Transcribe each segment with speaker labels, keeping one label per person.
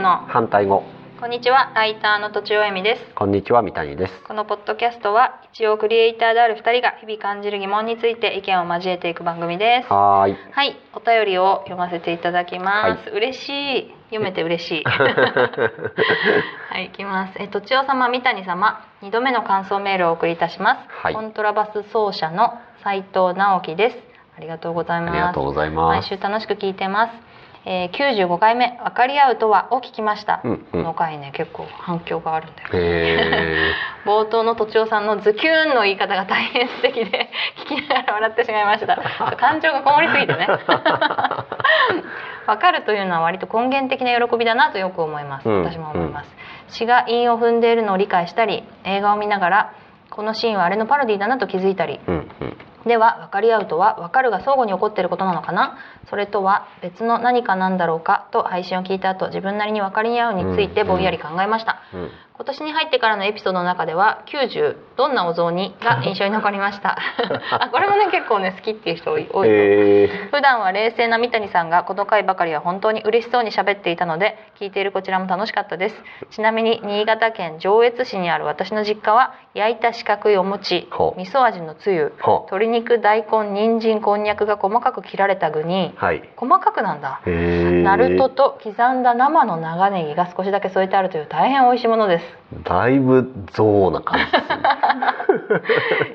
Speaker 1: の
Speaker 2: 反対語
Speaker 1: こんにちはライターのとちおえみです
Speaker 2: こんにちは三谷です
Speaker 1: このポッドキャストは一応クリエイターである2人が日々感じる疑問について意見を交えていく番組ですは
Speaker 2: はーい
Speaker 1: いお便りを読ませていただきます、嬉しい読めて嬉 しいはい行きますえとちお様三谷様2度目の感想メールをお送りいたします、
Speaker 2: はい
Speaker 1: コントラバス奏者の斉藤直樹ですありがとうござい
Speaker 2: あ
Speaker 1: ます
Speaker 2: りがとうございま
Speaker 1: 毎
Speaker 2: す
Speaker 1: 週楽しく聞いてます、えー、95回目「分かり合うとは」を聞きました、
Speaker 2: うんう
Speaker 1: この
Speaker 2: ん
Speaker 1: 回ね結構反響があるんだよ
Speaker 2: え
Speaker 1: 冒頭のとちおさんのズキューンの言い方が大変素敵で 聞きながら笑ってしまいましたそう感情がこもりすぎてね分かるというのは割と根源的な喜びだなとよく思います、
Speaker 2: うん
Speaker 1: 私も思います、詩が韻を踏んでいるのを理解したり映画を見ながらこのシーンはあれのパロディだなと気づいたり
Speaker 2: ー、うんうん
Speaker 1: では分かり合うとは分かるが相互に起こっていることなのかなそれとは別の何かなんだろうかと配信を聞いた後自分なりに分かり合うについてぼんやり考えました、
Speaker 2: うん
Speaker 1: 今年に入ってからのエピソードの中では90どんなお雑煮が印象に残りました あこれもね結構ね好きっていう人多い多いと思う
Speaker 2: え
Speaker 1: 普段は冷静な三谷さんがこの回ばかりは本当に嬉しそうに喋っていたので聞いているこちらも楽しかったですちなみに新潟県上越市にある私の実家は焼いた四角いお餅
Speaker 2: ほう
Speaker 1: 味噌味のつゆ
Speaker 2: ー、は
Speaker 1: 鶏肉大根人参こんにゃくが細かく切られた具に
Speaker 2: はい
Speaker 1: 細かくなんだ
Speaker 2: えー、
Speaker 1: ナルトと刻んだ生の長ネギが少しだけ添えてあるという大変美味しいものです
Speaker 2: だいぶ象な感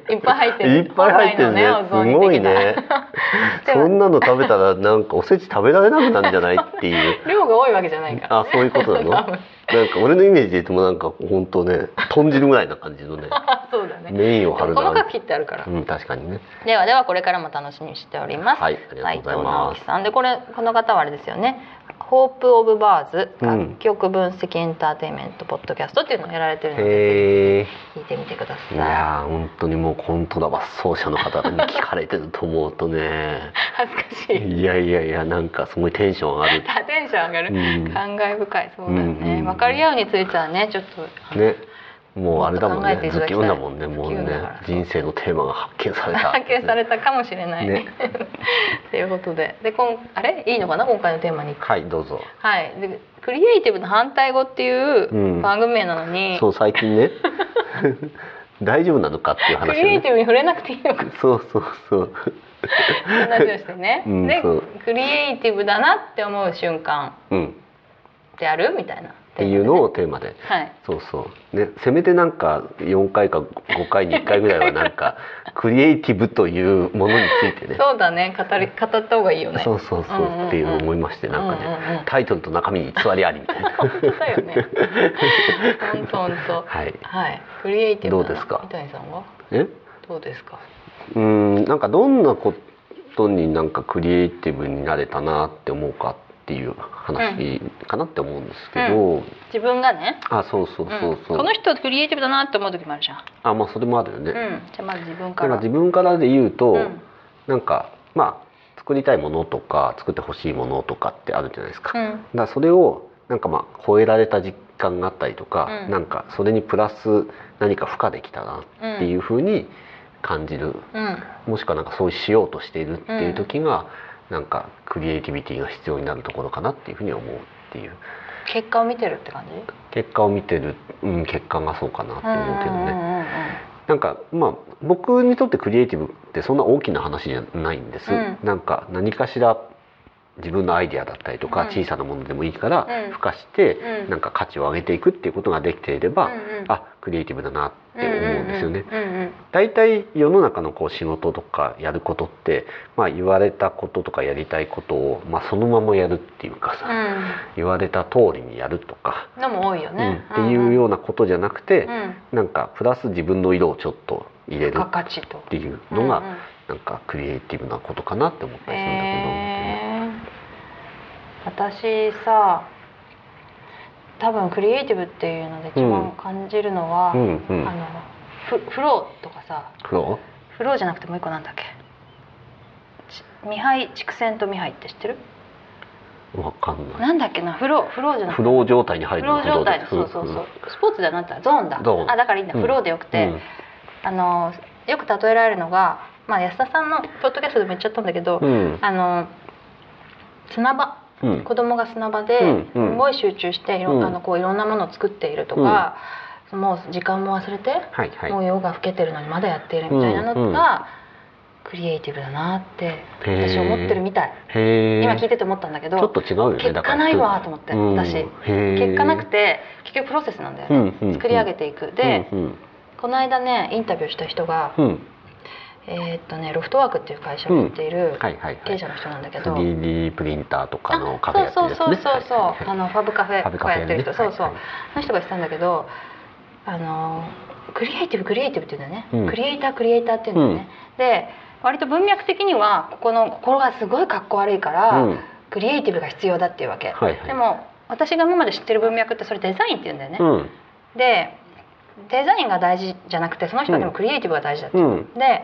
Speaker 1: いっぱい入って
Speaker 2: じ
Speaker 1: る
Speaker 2: いっぱい入ってるね
Speaker 1: 本来のお雑煮
Speaker 2: す
Speaker 1: 的な
Speaker 2: ごいね
Speaker 1: でも
Speaker 2: そんなの食べたらなんかおせち食べられなくなるんじゃないっていう
Speaker 1: 量が多いわけじゃないから
Speaker 2: あそういうこ となの
Speaker 1: 多分
Speaker 2: なんか俺のイメージで言ってもなんか本当ね豚汁ぐらいな感じのね
Speaker 1: そうだね
Speaker 2: メインを
Speaker 1: 細
Speaker 2: 張るな
Speaker 1: かく切ってあるから、
Speaker 2: うん確かにね
Speaker 1: ではではこれからも楽しみにしております、
Speaker 2: はいありがとうございま
Speaker 1: 斉藤直樹
Speaker 2: す
Speaker 1: さんでこれこの方はあれですよね「ホープ・オブ・バーズ
Speaker 2: うん
Speaker 1: 楽曲分析エンターテインメント・ポッドキャスト」っていうのをやられてるので、
Speaker 2: へえ
Speaker 1: ぜひ聞いてみてくだ
Speaker 2: い
Speaker 1: さい
Speaker 2: やー本当にもうコントラバス奏者の方に聞かれてると思う とね
Speaker 1: 恥ずかしい
Speaker 2: いやいやいやなんかすごいテンション上がる、
Speaker 1: あテンション上がる、
Speaker 2: うん、
Speaker 1: 感慨深いそうだよ
Speaker 2: うんうん
Speaker 1: ね、
Speaker 2: うん
Speaker 1: 分かり合うについてはねちょっとあの
Speaker 2: ねもうあれだもん
Speaker 1: もっと考えて
Speaker 2: ね
Speaker 1: いただ
Speaker 2: ズ
Speaker 1: き
Speaker 2: キ
Speaker 1: たい
Speaker 2: ュンだもんねもうね
Speaker 1: ズキュンだからそう
Speaker 2: 人生のテーマが発見された
Speaker 1: 発見されたかもしれない、
Speaker 2: ね
Speaker 1: っていう ことででこんあれいいのかな今回のテーマに
Speaker 2: はいどうぞ
Speaker 1: はいでクリエイティブの反対語っていううん番組名なのに、
Speaker 2: そう最近 ね大丈夫なのかっていう
Speaker 1: ク
Speaker 2: 話
Speaker 1: リエイ
Speaker 2: ね
Speaker 1: ティブに触れなくていいのかって
Speaker 2: そうそうそう
Speaker 1: 話をしてね、
Speaker 2: うん
Speaker 1: で
Speaker 2: そう
Speaker 1: クリエイティブだなって思う瞬間
Speaker 2: うん
Speaker 1: ってあるみたいなっ
Speaker 2: っていうのをテーマで
Speaker 1: はい
Speaker 2: そうそうねせめてなんか4回か5回に1回ぐらいはなん かクリエイティブというものについてね
Speaker 1: そうだね語り語った方がいいよね
Speaker 2: そうそうそう
Speaker 1: うんうんうん
Speaker 2: っていうのを思いましてなん
Speaker 1: う
Speaker 2: か
Speaker 1: ん
Speaker 2: ね
Speaker 1: うんうん
Speaker 2: タイトルと中身に偽りありみたいな
Speaker 1: 本当だよね 本当本当
Speaker 2: はい
Speaker 1: はいクリエイティブな
Speaker 2: どうですか
Speaker 1: 三谷さんは
Speaker 2: え
Speaker 1: どうですか
Speaker 2: うーんなんかどんなことになんかクリエイティブになれたなって思うかっていう話かなって思うんですけど、
Speaker 1: 自分がね
Speaker 2: あそうそうそうそう、
Speaker 1: んこの人クリエイティブだなって思う時もあるじゃん、
Speaker 2: あまあそれもあるよね、
Speaker 1: うん、じゃあまず自分
Speaker 2: な
Speaker 1: か
Speaker 2: んから自分からで言うと、
Speaker 1: うん
Speaker 2: なんかまあ作りたいものとか作ってほしいものとかってあるじゃないですか、だからそれをなんかまあ超えられた実感があったりとか、
Speaker 1: うん
Speaker 2: なんかそれにプラス何か付加できたな
Speaker 1: うん、
Speaker 2: っていうう風に感じる、
Speaker 1: ん、
Speaker 2: もしくはなんかそうしようとしているっていう時が、なんかクリエイティビティが必要になるところかなっていうふうに思うっていう
Speaker 1: 結果を見てるって感じ
Speaker 2: 結果を見てる、うん、結果がそうかなって思うけどね、
Speaker 1: うんうんうん
Speaker 2: なんかまあ僕にとってクリエイティブってそんな大きな話じゃないんです、
Speaker 1: うん
Speaker 2: なんか何かしら自分のアイデアだったりとか、
Speaker 1: うん
Speaker 2: 小さなものでもいいから
Speaker 1: うん
Speaker 2: 付加して、
Speaker 1: うん
Speaker 2: なんか価値を上げていくっていうことができていれば、
Speaker 1: うんうん
Speaker 2: あクリエイティブだなって思うんですよね、
Speaker 1: うんうんうん
Speaker 2: 大体世の中のこう仕事とかやることって、まあ、言われたこととかやりたいことを、まあ、そのままやるっていうかさ、
Speaker 1: う
Speaker 2: 言われた通りにやるとか、
Speaker 1: んのも多いよね、
Speaker 2: うん、っていうようなことじゃなくて
Speaker 1: う、ん
Speaker 2: なんかプラス自分の色をちょっと入れ
Speaker 1: 付
Speaker 2: る
Speaker 1: 加価値と
Speaker 2: っていうのが、
Speaker 1: うんうん
Speaker 2: なんかクリエイティブなことかなって思ったりするんだけど、
Speaker 1: へー私さ多分クリエイティブっていうので一番感じるのは、
Speaker 2: うんう
Speaker 1: あ
Speaker 2: ん
Speaker 1: のフフローとかさ
Speaker 2: 黒
Speaker 1: フローじゃなくてもう一個なんだっけち未配畜線と未配って知ってる
Speaker 2: わかんない
Speaker 1: なんだっけなフローフローじゃなくて
Speaker 2: 不老状態に入
Speaker 1: フ
Speaker 2: る
Speaker 1: ロ
Speaker 2: の
Speaker 1: ー状態で
Speaker 2: 不
Speaker 1: そ
Speaker 2: 老
Speaker 1: うそうそう、
Speaker 2: ん
Speaker 1: スポーツではなったゾーンだ
Speaker 2: ゾーン
Speaker 1: あだからいいんだ、
Speaker 2: うん
Speaker 1: フローでよくて、
Speaker 2: うん
Speaker 1: あのよく例えられるのが、まあ、安田さんのポッドキャストでも言っちゃったんだけど、
Speaker 2: うん
Speaker 1: あの砂場
Speaker 2: うん
Speaker 1: 子供が砂場で
Speaker 2: うんうん
Speaker 1: すごい集中していろ,、
Speaker 2: うん
Speaker 1: あのこういろんなものを作っているとか、もう時間も忘れて、
Speaker 2: はいはい
Speaker 1: もう夜が更けてるのにまだやっているみたいなのが、クリエイティブだなって
Speaker 2: へー
Speaker 1: 私思ってるみたい
Speaker 2: へえ
Speaker 1: 今聞いてて思ったんだけ
Speaker 2: ちょっ
Speaker 1: ど
Speaker 2: と違うよね
Speaker 1: 結
Speaker 2: だ
Speaker 1: 果
Speaker 2: から
Speaker 1: ないわと思って、
Speaker 2: うん
Speaker 1: 私
Speaker 2: へえ
Speaker 1: 結果なくて結局プロセスなんだよね、
Speaker 2: うんうん
Speaker 1: 作り上げていくで、
Speaker 2: うんうん
Speaker 1: この間ねインタビューした人が、
Speaker 2: うん
Speaker 1: えーっとねロフトワークっていう会社をやっている
Speaker 2: はいはいは
Speaker 1: 経営
Speaker 2: い
Speaker 1: 者の人なんだけど、
Speaker 2: 3D プリンターとかのカフェや
Speaker 1: あ
Speaker 2: って
Speaker 1: そう
Speaker 2: る
Speaker 1: そう
Speaker 2: やつ
Speaker 1: そう
Speaker 2: ね
Speaker 1: そうそう、
Speaker 2: はいはいは
Speaker 1: あ
Speaker 2: い
Speaker 1: のファブカフェ
Speaker 2: ファブ
Speaker 1: と
Speaker 2: カ
Speaker 1: か
Speaker 2: フェ
Speaker 1: やってる人、
Speaker 2: ね
Speaker 1: そうそう、
Speaker 2: はいはい
Speaker 1: その人が言ってたんだけどあのクリエイティブクリエイティブって言うんだよね、
Speaker 2: うん
Speaker 1: クリエイタークリエイターって言うんだよね、で割と文脈的にはここの心がすごいかっこ悪いから、
Speaker 2: うん
Speaker 1: クリエイティブが必要だっていうわけ、
Speaker 2: はいはい
Speaker 1: でも私が今まで知ってる文脈ってそれデザインって言うんだよね、
Speaker 2: うん
Speaker 1: でデザインが大事じゃなくてその人はでもクリエイティブが大事だって、
Speaker 2: うん
Speaker 1: で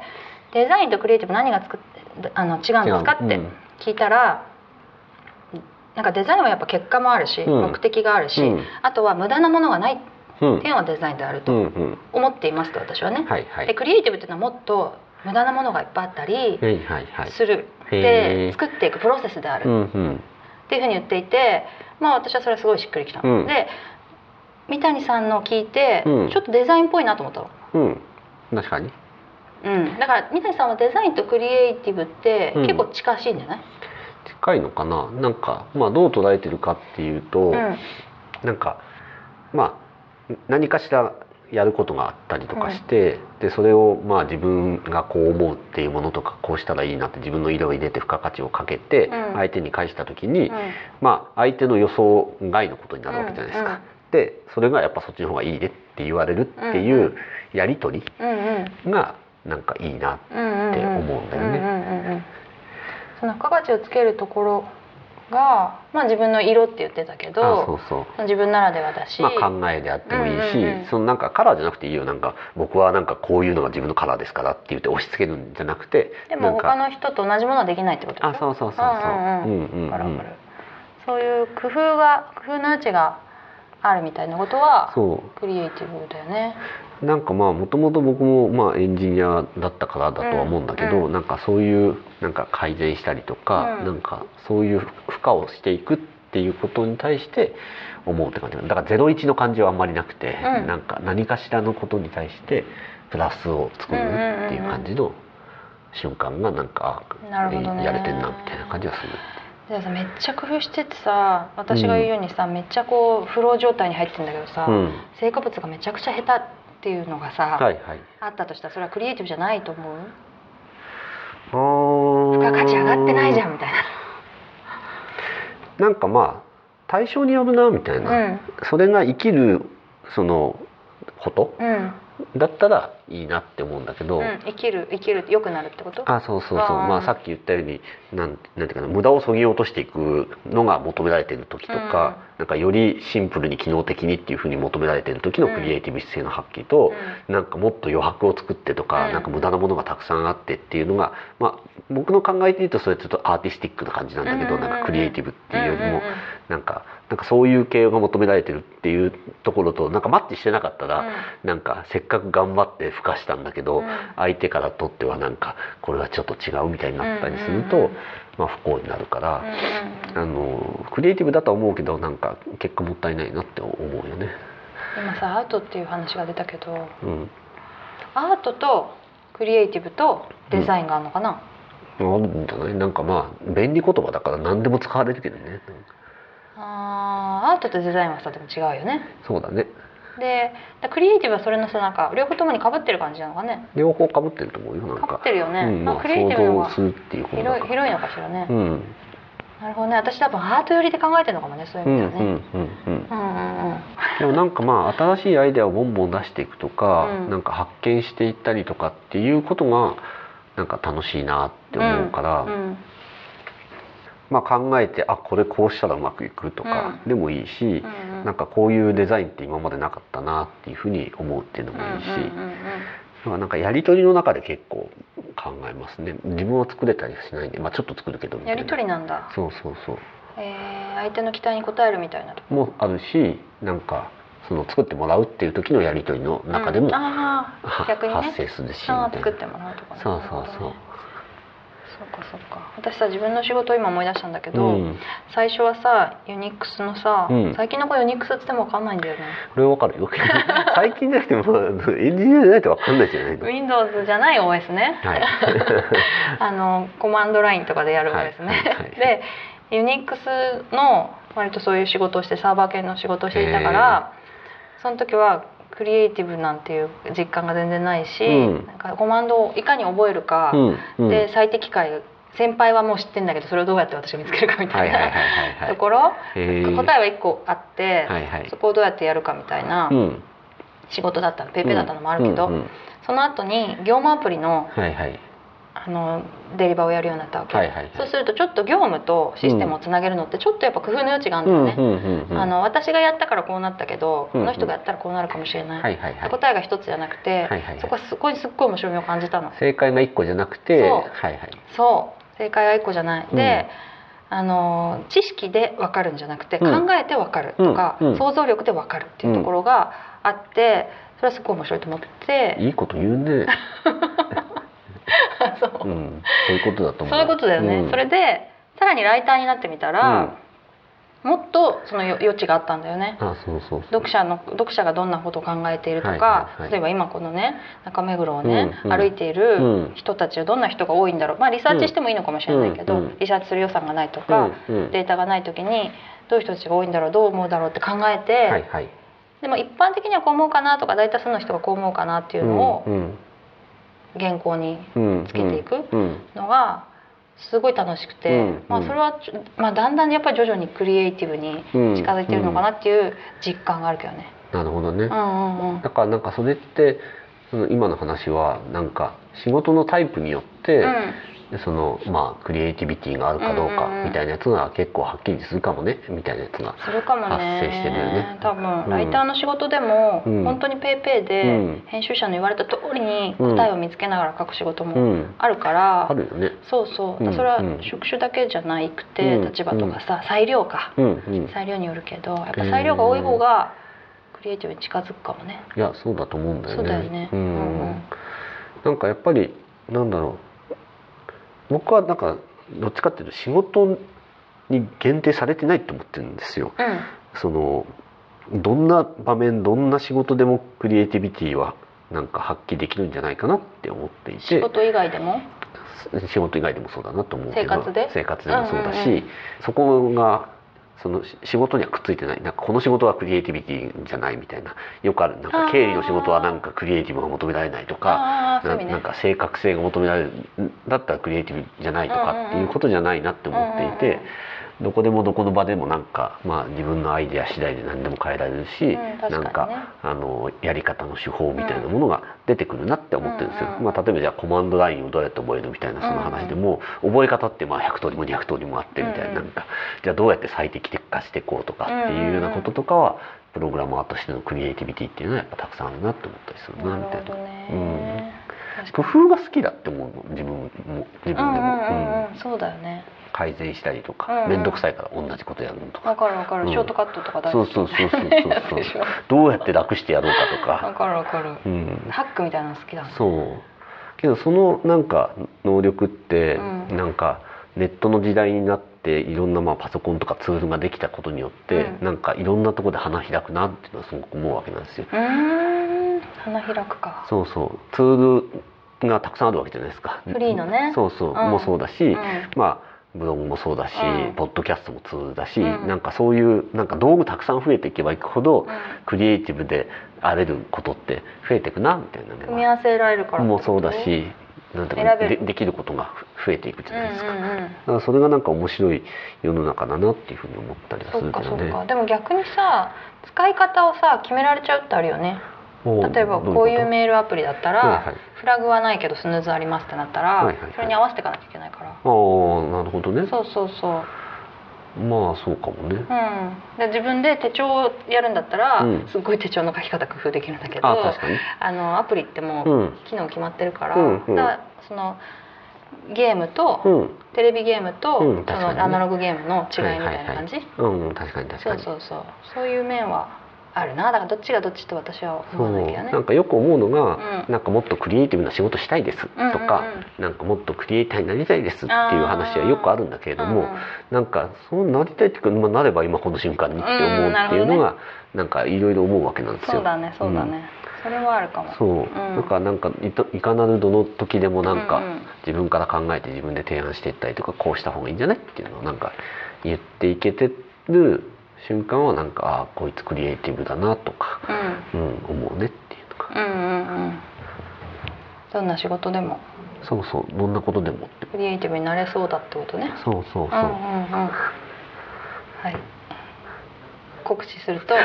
Speaker 1: デザインとクリエイティブ何が作ってあの違うんですかっ
Speaker 2: 違
Speaker 1: て
Speaker 2: ううん
Speaker 1: 聞いたら、なんかデザインはやっぱ結果もあるし、
Speaker 2: うん
Speaker 1: 目的があるし、
Speaker 2: うん
Speaker 1: あとは無駄なものがない
Speaker 2: うん
Speaker 1: 点はデザインである
Speaker 2: う
Speaker 1: と
Speaker 2: んうん
Speaker 1: 思っていますと私はね。
Speaker 2: はいはい
Speaker 1: でクリエイティブっていうのはもっと無駄なものがいっぱいあったり
Speaker 2: はいはいはい
Speaker 1: する、
Speaker 2: へ
Speaker 1: で
Speaker 2: ー
Speaker 1: 作っていくプロセスである、
Speaker 2: うんうん
Speaker 1: っていうふうに言っていてまあ私はそれはすごいしっくりきた、
Speaker 2: うん
Speaker 1: で三谷さんの聞いて、
Speaker 2: うん
Speaker 1: ちょっとデザインっぽいなと思ったの、
Speaker 2: うん確かに
Speaker 1: うん、だから三谷さんはデザインとクリエイティブって
Speaker 2: うん
Speaker 1: 結構近しいんじゃない、
Speaker 2: 近いのかななんかまあどう捉えてるかっていうと、
Speaker 1: うん
Speaker 2: なんかまあ何かしらやることがあったりとかして、でそれをまあ自分がこう思うっていうものとかこうしたらいいなって自分の色を入れて付加価値をかけて
Speaker 1: うん
Speaker 2: 相手に返した時に、
Speaker 1: うん
Speaker 2: まあ相手の予想外のことになるわけじゃないです
Speaker 1: うんう
Speaker 2: か
Speaker 1: ん。
Speaker 2: でそれがやっぱそっちの方がいいねって言われるってい
Speaker 1: んう
Speaker 2: ううやり取り
Speaker 1: うんうん
Speaker 2: がなんかいいな
Speaker 1: うんうん
Speaker 2: って思うんだよね
Speaker 1: うんうんうんうんその付加価値をつけるところが、まあ、自分の色って言ってたけど
Speaker 2: あそうそう
Speaker 1: 自分ならではだし、
Speaker 2: まあ、考えであってもいいし、
Speaker 1: うんうんうん
Speaker 2: そのなんかカラーじゃなくていいよなんか僕はなんかこういうのが自分のカラーですからって言って押し付けるんじゃなくて
Speaker 1: で
Speaker 2: な
Speaker 1: も
Speaker 2: ん
Speaker 1: 他
Speaker 2: か
Speaker 1: の人と同じものはできないってことでしょ
Speaker 2: あそうそうそうそう
Speaker 1: うんうん
Speaker 2: うんうんうん
Speaker 1: わかるわかるそういう工夫が工夫の余地があるみたいなことは
Speaker 2: そ
Speaker 1: クリエイティブだよね
Speaker 2: うなんかまあもともと僕もまあエンジニアだったからだとは思うんだけど、
Speaker 1: うんう
Speaker 2: なんかそういうなんか改善したりとか、
Speaker 1: うん
Speaker 2: なんかそういう負荷をしていくっていうことに対して思うって感じだから01の感じはあんまりなくて、
Speaker 1: うん
Speaker 2: なんか何かしらのことに対してプラスを作るっていう感じの瞬間がなんか、あ
Speaker 1: なるほどね
Speaker 2: やれてんなみたいな感じがする。
Speaker 1: じゃあさめっちゃ工夫しててさ私が言うようにさ、めっちゃこうフロー状態に入ってんだけどさ、
Speaker 2: うん、
Speaker 1: 成果物がめちゃくちゃ下手っていうのがさ、
Speaker 2: はいはい。
Speaker 1: あったとしたらそれはクリエイティブじゃないと思う
Speaker 2: あー
Speaker 1: 付加価値上がってないじゃんみたい
Speaker 2: なんかまあ対象によるなみたいな、
Speaker 1: な
Speaker 2: それが生きるそのこと
Speaker 1: うんうん、
Speaker 2: だったらいいなって思うんだけど、
Speaker 1: うん、生きる生きる良くなるってこと
Speaker 2: あそうそうそう
Speaker 1: あー
Speaker 2: まあさっき言ったようになんなんていうかな無駄をそぎ落としていくのが求められてる時とか、なんかよりシンプルに機能的にっていうふうに求められてる時のクリエイティブ姿勢の発揮と、なんかもっと余白を作ってとか、
Speaker 1: うん
Speaker 2: なんか無駄なものがたくさんあってっていうのが、まあ、僕の考えているとそれちょっとアーティスティックな感じなんだけど、
Speaker 1: うんうんうん
Speaker 2: なんかクリエイティブっていうよりも、
Speaker 1: んんん
Speaker 2: なんかなんかそういう系が求められてるっていうところとなんかマッチしてなかったら、なんかせっかく頑張って付加したんだけど、
Speaker 1: うん
Speaker 2: 相手からとってはなんかこれはちょっと違うみたいになったりすると、
Speaker 1: うんうんうん
Speaker 2: まあ、不幸になるか
Speaker 1: うん
Speaker 2: ら、
Speaker 1: うんうん
Speaker 2: あのクリエイティブだとは思うけどなんか結果もったいないなって思うよね。
Speaker 1: 今さアートっていう話が出たけど
Speaker 2: うん
Speaker 1: アートとクリエイティブとデザインがあるのかな、
Speaker 2: あるんじゃないなんかまあ便利言葉だから何でも使われるけどね
Speaker 1: あーアートとデザインはさでも違うよね
Speaker 2: そうだね
Speaker 1: でだクリエイティブはそれのさなんか両方ともにかぶってる感じなのかね
Speaker 2: 両方かぶってると思うよなん
Speaker 1: かぶ
Speaker 2: か
Speaker 1: ってるよね、
Speaker 2: うん
Speaker 1: ま
Speaker 2: ま
Speaker 1: あ、
Speaker 2: あ
Speaker 1: クリエイ
Speaker 2: 想
Speaker 1: ティブの方
Speaker 2: 像
Speaker 1: が
Speaker 2: するっていうことだ
Speaker 1: 広い
Speaker 2: から
Speaker 1: 広いのかしらね、
Speaker 2: うん
Speaker 1: なるほどね私多分アート寄りで考えてるのかもねそういう
Speaker 2: う
Speaker 1: 意
Speaker 2: んう
Speaker 1: 味で
Speaker 2: ん
Speaker 1: はね、
Speaker 2: うんう
Speaker 1: う
Speaker 2: ん
Speaker 1: んうんうん
Speaker 2: でもなんかまあ新しいアイデアをボンボン出していくとか、
Speaker 1: うん
Speaker 2: なんか発見していったりとかっていうことがなんか楽しいなって思うから、
Speaker 1: うん
Speaker 2: まあ考えてあこれこうしたらうまくいくとかでもいいし、
Speaker 1: うんうん
Speaker 2: なんかこういうデザインって今までなかったなっていうふうに思うっていうのもいいし、
Speaker 1: うんうんうんうん
Speaker 2: まあ、なんかやり取りの中で結構考えますね自分は作れたりしないんで、まあ、ちょっと作るけどみた
Speaker 1: や
Speaker 2: いな
Speaker 1: り取りなんだ、
Speaker 2: そうそうそ
Speaker 1: えー、相手の期待に応えるみたいなと
Speaker 2: うもあるしなんかその作ってもらうっていう時のやり取りの中でも、
Speaker 1: うんあー
Speaker 2: は
Speaker 1: 逆にね
Speaker 2: 発生するしみたい
Speaker 1: あー
Speaker 2: な
Speaker 1: 作ってもらうとかね
Speaker 2: そうそうそう
Speaker 1: そうかそうか私さ自分の仕事を今思い出したんだけど、
Speaker 2: うん
Speaker 1: 最初はさユニックスのさ、
Speaker 2: うん
Speaker 1: 最近の子ユニックスっつっても分かんないんだよね
Speaker 2: これわかるよ 最近じゃなくてもエンジニアじゃないとわかんないじゃないの
Speaker 1: Windows じゃない OS ね、
Speaker 2: はい
Speaker 1: あのコマンドラインとかでやる OS ね、
Speaker 2: はいはいはい
Speaker 1: でユニックスの割とそういう仕事をしてサーバー系の仕事をしていたから、その時はクリエイティブなんていう実感が全然ないし、
Speaker 2: うん
Speaker 1: なんかコマンドをいかに覚えるか、
Speaker 2: うんうん
Speaker 1: で最適解先輩はもう知ってんだけどそれをどうやって私が見つけるかみた
Speaker 2: はいいはいはい
Speaker 1: な
Speaker 2: はいはい
Speaker 1: ところ、
Speaker 2: えー
Speaker 1: 答えは1個あって、
Speaker 2: はいはい
Speaker 1: そこをどうやってやるかみたいな
Speaker 2: うん
Speaker 1: 仕事だったのペーペーだったのもあるけど、
Speaker 2: うんうん
Speaker 1: その後に業務アプリの
Speaker 2: はいはい
Speaker 1: あのデリバーをやるようになったわけ、
Speaker 2: はいはいはい
Speaker 1: そうするとちょっと業務とシステムをつなげるのってちょっとやっぱ工夫の余地があるん
Speaker 2: う
Speaker 1: だよね、
Speaker 2: んうんうん
Speaker 1: あの私がやったからこうなったけど、
Speaker 2: うんうん
Speaker 1: この人がやったらこうなるかもしれない、
Speaker 2: はいはいはい
Speaker 1: 答えが一つじゃなくて、
Speaker 2: はいはいはい
Speaker 1: そこはすごいすっごい面白みを感じたの
Speaker 2: 正解が一個じゃなくて
Speaker 1: そう
Speaker 2: はいはい
Speaker 1: そう正解は1個じゃない、
Speaker 2: うん
Speaker 1: であの知識で分かるんじゃなくて、
Speaker 2: うん
Speaker 1: 考えて分かるとか、
Speaker 2: うんうん
Speaker 1: 想像力で分かるっていうところがあってそれはすっごい面白いと思って、
Speaker 2: いいこと言うね
Speaker 1: そう
Speaker 2: うんそういうことだと思う
Speaker 1: そういうことだよね、
Speaker 2: うん
Speaker 1: それでさらにライターになってみたら、もっとその余余地があったんだよね
Speaker 2: うんあそうそうそう
Speaker 1: 読者の読者がどんなことを考えているとか、
Speaker 2: はいはいはい
Speaker 1: 例えば今このね中目黒をね、
Speaker 2: うんうん
Speaker 1: 歩いていうる
Speaker 2: ん
Speaker 1: 人たちはどんな人が多いんだろう、まあ、リサーチしてもいいのかもしれないけど、
Speaker 2: うんうん
Speaker 1: リサーチする予算がないとか、
Speaker 2: うんうん
Speaker 1: データがない時にどういう人たちが多いんだろうどう思うだろうって考えて、
Speaker 2: はいはい
Speaker 1: でも一般的にはこう思うかなとか大多数の人がこう思うかなっていうのを原稿につけていく
Speaker 2: うんうん
Speaker 1: のがすごい楽しくて、
Speaker 2: うんうん
Speaker 1: まあ、それはちょ、まあ、だんだんやっぱり徐々にクリエイティブに
Speaker 2: うん
Speaker 1: 近づいてるのかなっていう実感があるけどね。
Speaker 2: なるほどね、
Speaker 1: うんうんうん
Speaker 2: だからなんかそれってその今の話はなんか仕事のタイプによって、
Speaker 1: うん
Speaker 2: そのまあクリエイティビティがあるかどう
Speaker 1: うんうんう
Speaker 2: か
Speaker 1: ん
Speaker 2: みたいなやつが結構はっきりするかもねみたいなやつが。
Speaker 1: するかもね
Speaker 2: 発生してるよね
Speaker 1: 多分
Speaker 2: うん
Speaker 1: ライターの仕事でも、
Speaker 2: うん
Speaker 1: 本当にペイペイ
Speaker 2: う
Speaker 1: で
Speaker 2: ん
Speaker 1: 編集者の言われた通りに答えを見つけながら書く仕事
Speaker 2: う
Speaker 1: も
Speaker 2: ん、
Speaker 1: あるから、
Speaker 2: あるよね。
Speaker 1: そうそう
Speaker 2: うん
Speaker 1: だからそれは
Speaker 2: うん
Speaker 1: 職種だけじゃなくて、
Speaker 2: うん
Speaker 1: 立場とかさ裁量か、
Speaker 2: うんうん、
Speaker 1: 裁量によるけどやっぱ裁量が多い方がクリエイティブに近づくかもね。
Speaker 2: いやそうだと思うんだ
Speaker 1: そ
Speaker 2: よね。
Speaker 1: うだよね
Speaker 2: うん
Speaker 1: うんうん
Speaker 2: なんかやっぱりなんだろう僕はなんかどっちかっていうと仕事に限定されてないと思ってるんですよ。
Speaker 1: うん
Speaker 2: そのどんな場面どんな仕事でもクリエイティビティはなんか発揮できるんじゃないかなって思っていて
Speaker 1: 仕事以外でも、
Speaker 2: す仕事以外でもそうだなと思うけど
Speaker 1: 生活で
Speaker 2: 生活でもそうだし、
Speaker 1: うんうんう
Speaker 2: そこがそのし仕事にはくっついてないなんかこの仕事はクリエイティビティじゃないみたいなよくあるなん
Speaker 1: あ
Speaker 2: か
Speaker 1: ー
Speaker 2: 経理の仕事はなんかクリエイティブが求められないとか。
Speaker 1: ああーそう
Speaker 2: な
Speaker 1: いう意味ね
Speaker 2: なんか正確性が求められるんだったらクリエイティブじゃないと
Speaker 1: うんうんうん
Speaker 2: かっていうことじゃないなって思っていて、
Speaker 1: うんうんうん
Speaker 2: どこでもどこの場でもなんか、まあ、自分のアイデア次第で何でも変えられるし、
Speaker 1: うん確かにね
Speaker 2: なんかあのやり方の手法みたいなものが出てくるなって思ってるんですよ。
Speaker 1: うんうんうん
Speaker 2: まあ、例えばじゃあコマンドラインをどうやって覚えるみたいなその話でも、覚え方ってまあ100通りも200通りもあってみたいな,、
Speaker 1: うんうん
Speaker 2: なんかじゃあどうやって最適化していこうとかっていうようなこととかは、プログラマーとしてのクリエイティビティっていうのはやっぱたくさんあるなって思ったりするな
Speaker 1: な
Speaker 2: みた
Speaker 1: る
Speaker 2: い
Speaker 1: ほ
Speaker 2: な
Speaker 1: ど。ね、確か
Speaker 2: 工
Speaker 1: に
Speaker 2: 夫が好きだって思うの自分も自分で
Speaker 1: うんうん
Speaker 2: も、
Speaker 1: うんうんそうだよね
Speaker 2: うん改善したりと
Speaker 1: うんう
Speaker 2: か
Speaker 1: ん
Speaker 2: 面倒くさいから同じことやるのと
Speaker 1: わ
Speaker 2: か
Speaker 1: かるわかる、
Speaker 2: うん
Speaker 1: ショートカットとか大
Speaker 2: そ
Speaker 1: 好
Speaker 2: う
Speaker 1: き
Speaker 2: そうそうそうそう
Speaker 1: やでし
Speaker 2: そ
Speaker 1: ょ
Speaker 2: うどうやって楽してやろうかと
Speaker 1: わ
Speaker 2: か、
Speaker 1: かるわかる、
Speaker 2: うん、
Speaker 1: ハックみたいなの好きだもん
Speaker 2: そうけどそのなんか能力って
Speaker 1: うん
Speaker 2: なんかネットの時代になっていろんなまあパソコンとかツールができたことによって
Speaker 1: うん
Speaker 2: なんかいろんなところで花開くなっていうのはすごく思うわけなんですよ。
Speaker 1: うーん花開くか
Speaker 2: そうそうツールがたくさんあるわけじゃないですか。
Speaker 1: フリーのね
Speaker 2: そうそう、
Speaker 1: ん
Speaker 2: もそうだし、
Speaker 1: うん
Speaker 2: まあブログもそうだし、
Speaker 1: うん
Speaker 2: ポッドキャストもツールだし、
Speaker 1: うん
Speaker 2: なんかそういうなんか道具たくさん増えていけばいくほど、
Speaker 1: う
Speaker 2: クリエイティブで荒れることって増えていくなみたいな
Speaker 1: 組み
Speaker 2: ね、
Speaker 1: 合わせられるから
Speaker 2: もうそうだしなんていう
Speaker 1: 選
Speaker 2: か
Speaker 1: べ
Speaker 2: で
Speaker 1: る
Speaker 2: できることが増えていくじ
Speaker 1: う
Speaker 2: ゃ
Speaker 1: ん
Speaker 2: な
Speaker 1: う
Speaker 2: いですか,、だ
Speaker 1: んうん
Speaker 2: からそれがなんか面白い世の中だなっていうふうに思ったりはす
Speaker 1: そっ
Speaker 2: る
Speaker 1: か
Speaker 2: け
Speaker 1: そ
Speaker 2: ど
Speaker 1: っ
Speaker 2: ね
Speaker 1: かでも逆にさ使い方をさ決められちゃうってあるよね
Speaker 2: もう
Speaker 1: 例えばこういうメールアプリだったら、
Speaker 2: はいはい
Speaker 1: フラグはないけどスヌーズありますってなったら、
Speaker 2: はいはいはい
Speaker 1: それに合わせていかなきゃいけないから
Speaker 2: どういうことああなるほどね
Speaker 1: そうそうそう
Speaker 2: まあそうかもね
Speaker 1: うん、で自分で手帳をやるんだったら、
Speaker 2: うん
Speaker 1: すっごい手帳の書き方工夫できるんだけど
Speaker 2: あ確かに
Speaker 1: あのアプリっても
Speaker 2: う
Speaker 1: うん機能決まってるから,、
Speaker 2: うんうん
Speaker 1: だからそのゲームと、
Speaker 2: うん
Speaker 1: テレビゲームと、
Speaker 2: うん
Speaker 1: そ
Speaker 2: 確かにね
Speaker 1: のアナログゲームの違いみたいな感じ、
Speaker 2: はいはいはいうん確かに確かに
Speaker 1: そうそうそうそういう面はあるなだからどっちがどっちと私は
Speaker 2: そ
Speaker 1: 思わな
Speaker 2: う
Speaker 1: きゃね
Speaker 2: なんかよく思うのが、
Speaker 1: うん
Speaker 2: なんかもっとクリエイティブな仕事したいですとか、
Speaker 1: うんうん
Speaker 2: なんかもっとクリエイターになりたいですっていう話はよくあるんだけれども、
Speaker 1: うんうん
Speaker 2: なんかそうなりたいっていうか、まあ、なれば今この瞬間にって思
Speaker 1: う
Speaker 2: うん
Speaker 1: なる
Speaker 2: って
Speaker 1: ほど
Speaker 2: いう
Speaker 1: ね
Speaker 2: のが、なんかいろいろ思うわけなんです
Speaker 1: そう
Speaker 2: よ。
Speaker 1: だねそうだね、それはあるかも
Speaker 2: そう
Speaker 1: うん
Speaker 2: だからなんかいといかなるどの時でもなんか、
Speaker 1: うんうん
Speaker 2: 自分から考えて自分で提案していったりとかこうした方がいいんじゃないっていうのをなんか言っていけてる瞬間はなんかああこいつクリエイティブだなとか、
Speaker 1: うん
Speaker 2: うん、思うねっていうの
Speaker 1: う
Speaker 2: が
Speaker 1: んうんうんどんな仕事でも
Speaker 2: そうそうどんなことでもって
Speaker 1: クリエイティブになれそうだってことね
Speaker 2: そうそうそう、
Speaker 1: うんうんうんはい酷使する と終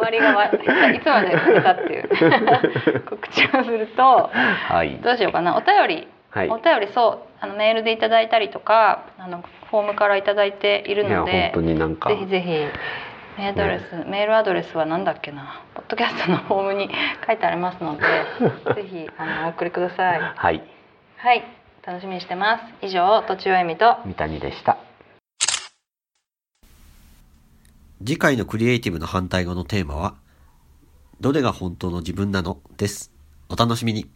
Speaker 1: わりがわいつまで来たっていう 告知をすると
Speaker 2: はい
Speaker 1: どうしようかなお便り
Speaker 2: はい
Speaker 1: お便りそうあのメールでいただいたりとかあのフォームからいただいている
Speaker 2: いや
Speaker 1: の
Speaker 2: 本
Speaker 1: で
Speaker 2: 当になんか
Speaker 1: ぜひぜひメールアドレス、メールアドレスはなんだっけなポッドキャストのフォームに書いてありますの でぜひあのお送りください
Speaker 2: はい
Speaker 1: はい楽しみにしてます以上とちおえみと
Speaker 2: 三谷でした
Speaker 3: 次回のクリエイティブの反対語のテーマは、どれが本当の自分なのです。お楽しみに。